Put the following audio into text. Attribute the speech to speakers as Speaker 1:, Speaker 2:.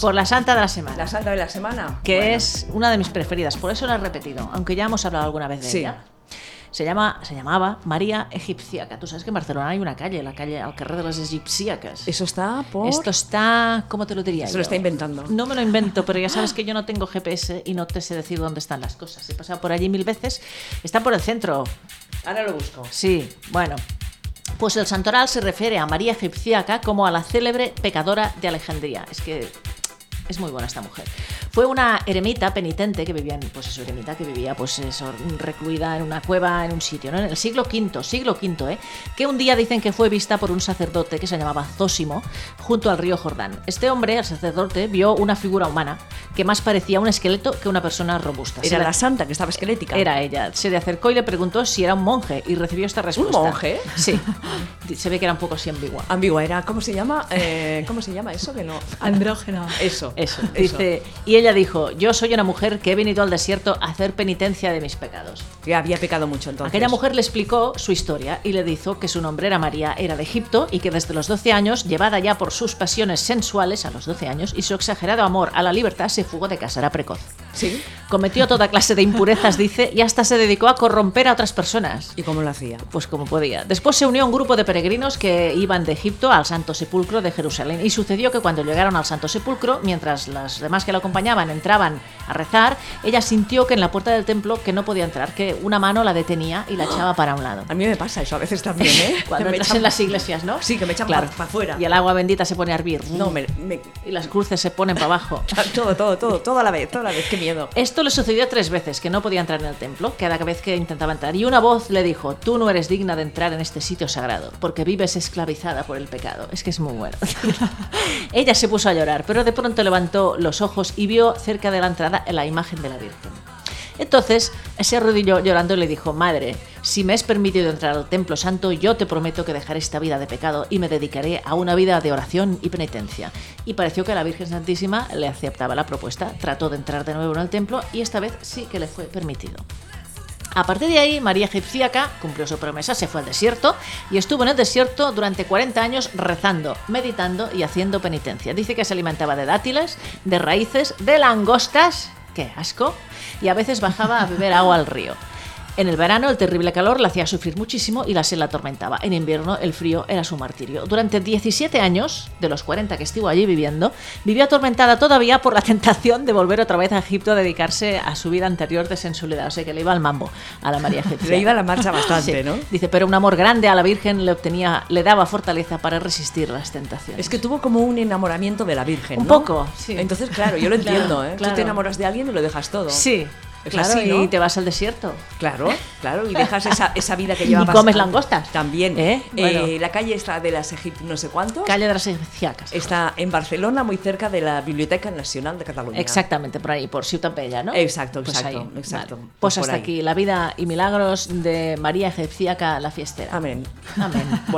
Speaker 1: Por la santa de la semana.
Speaker 2: La santa de la semana.
Speaker 1: que
Speaker 2: Bueno.
Speaker 1: es una de mis preferidas, por eso la he repetido, aunque ya hemos hablado alguna vez de
Speaker 2: Sí.
Speaker 1: ella. Se, llama, se llamaba María Egipciaca. Tú sabes que en Barcelona hay una calle, la calle al carrer de las Egipciacas.
Speaker 2: Eso está por.
Speaker 1: Esto está, ¿cómo te lo diría?
Speaker 2: Se
Speaker 1: yo?
Speaker 2: lo está inventando.
Speaker 1: No me lo invento, pero ya sabes que yo no tengo GPS y no te sé decir dónde están las cosas. He pasado por allí mil veces. Está por el centro,
Speaker 2: Ahora lo busco.
Speaker 1: Sí, bueno. Pues el santoral se refiere a María Egipciaca como a la célebre pecadora de Alejandría. Es que es muy buena esta mujer. Fue una eremita penitente que vivía, en, pues eso, eremita que vivía, pues eso, recluida en una cueva, en un sitio, ¿no? En el siglo V, siglo V, ¿eh? Que un día dicen que fue vista por un sacerdote que se llamaba Zósimo junto al río Jordán. Este hombre, el sacerdote, vio una figura humana que más parecía un esqueleto que una persona robusta. Se
Speaker 2: Era
Speaker 1: la-
Speaker 2: la santa que estaba esquelética.
Speaker 1: era ella. Se le acercó y le preguntó si era un monje y recibió esta respuesta.
Speaker 2: monje?
Speaker 1: Sí. Se ve que era un poco así ambigua.
Speaker 2: Ambigua, era. ¿Cómo se llama? Eh, ¿Cómo se llama eso? Que no.
Speaker 3: Andrógeno.
Speaker 2: Eso.
Speaker 1: Eso. Dice, y ella dijo, yo soy una mujer que he venido al desierto a hacer penitencia de mis pecados.
Speaker 2: Que había pecado mucho entonces.
Speaker 1: Aquella mujer le explicó su historia y le dijo que su nombre era María, era de Egipto y que desde los 12 años, llevada ya por sus pasiones sensuales a los 12 años y su exagerado amor a la libertad, se fugó de casa, era precoz.
Speaker 2: Sí.
Speaker 1: Cometió toda clase de impurezas, dice, y hasta se dedicó a corromper a otras personas.
Speaker 2: ¿Y cómo lo hacía?
Speaker 1: Pues como podía. Después se unió un grupo de peregrinos que iban de Egipto al Santo Sepulcro de Jerusalén. Y sucedió que cuando llegaron al Santo Sepulcro, mientras las demás que la acompañaban entraban a rezar, ella sintió que en la puerta del templo que no podía entrar, que una mano la detenía y la echaba para un lado.
Speaker 2: A mí me pasa eso a veces también, ¿eh?
Speaker 1: Cuando
Speaker 2: Que me
Speaker 1: entras
Speaker 2: echan-
Speaker 1: en las iglesias, ¿no?
Speaker 2: Sí, que me echan
Speaker 1: Claro.
Speaker 2: para afuera.
Speaker 1: Y el agua bendita se pone a hervir.
Speaker 2: No, me, me-
Speaker 1: Y las cruces se ponen para abajo.
Speaker 2: Todo, todo, todo, toda la vez, toda la vez, qué miedo.
Speaker 1: Esto le sucedió tres veces, que no podía entrar en el templo, cada vez que intentaba entrar. Y una voz le dijo, tú no eres digna de entrar en este sitio sagrado, porque vives esclavizada por el pecado. Es que es muy bueno. Ella se puso a llorar, pero de pronto levantó los ojos y vio cerca de la entrada la imagen de la Virgen. Entonces se arrodilló llorando y le dijo, Madre, si me es permitido entrar al templo santo, yo te prometo que dejaré esta vida de pecado y me dedicaré a una vida de oración y penitencia. Y pareció que la Virgen Santísima le aceptaba la propuesta, trató de entrar de nuevo en el templo y esta vez sí que le fue permitido. A partir de ahí, María Egipciaca cumplió su promesa, se fue al desierto y estuvo en el desierto durante 40 años rezando, meditando y haciendo penitencia. Dice que se alimentaba de dátiles, de raíces, de langostas, qué asco, y a veces bajaba a beber agua al río. En el verano el terrible calor la hacía sufrir muchísimo y la sed la atormentaba. En invierno el frío era su martirio. Durante 17 años, de los 40 que estuvo allí viviendo, vivió atormentada todavía por la tentación de volver otra vez a Egipto a dedicarse a su vida anterior de sensualidad. O sea que le iba al mambo a la María Egipcia.
Speaker 2: Le iba la marcha bastante,
Speaker 1: Sí.
Speaker 2: ¿no?
Speaker 1: Dice, pero un amor grande a la Virgen le obtenía, le daba fortaleza para resistir las tentaciones.
Speaker 2: Es que tuvo como un enamoramiento de la Virgen,
Speaker 1: Un
Speaker 2: ¿no?
Speaker 1: poco, sí.
Speaker 2: Entonces, claro, yo lo
Speaker 1: Claro,
Speaker 2: entiendo, ¿eh?
Speaker 1: claro.
Speaker 2: Tú te enamoras de alguien y lo dejas todo.
Speaker 1: sí,
Speaker 2: Es
Speaker 1: claro,
Speaker 2: así, ¿no?
Speaker 1: y te vas al desierto.
Speaker 2: Claro, claro, y dejas esa, esa vida que
Speaker 1: Y
Speaker 2: llevabas.
Speaker 1: comes
Speaker 2: antes.
Speaker 1: langostas.
Speaker 2: También.
Speaker 1: ¿Eh? Bueno.
Speaker 2: Eh, la calle está de las Egip no sé cuántos.
Speaker 1: Calle de las Egipciacas.
Speaker 2: Está en Barcelona, muy cerca de la Biblioteca Nacional de Cataluña.
Speaker 1: Exactamente, por ahí, por Ciutat Bella, ¿no?
Speaker 2: Exacto,
Speaker 1: Pues
Speaker 2: exacto,
Speaker 1: ahí,
Speaker 2: exacto.
Speaker 1: vale. Pues,
Speaker 2: Pues por
Speaker 1: hasta
Speaker 2: ahí.
Speaker 1: aquí, la vida y milagros de María Egipciaca la fiestera.
Speaker 2: Amén.
Speaker 1: Amén.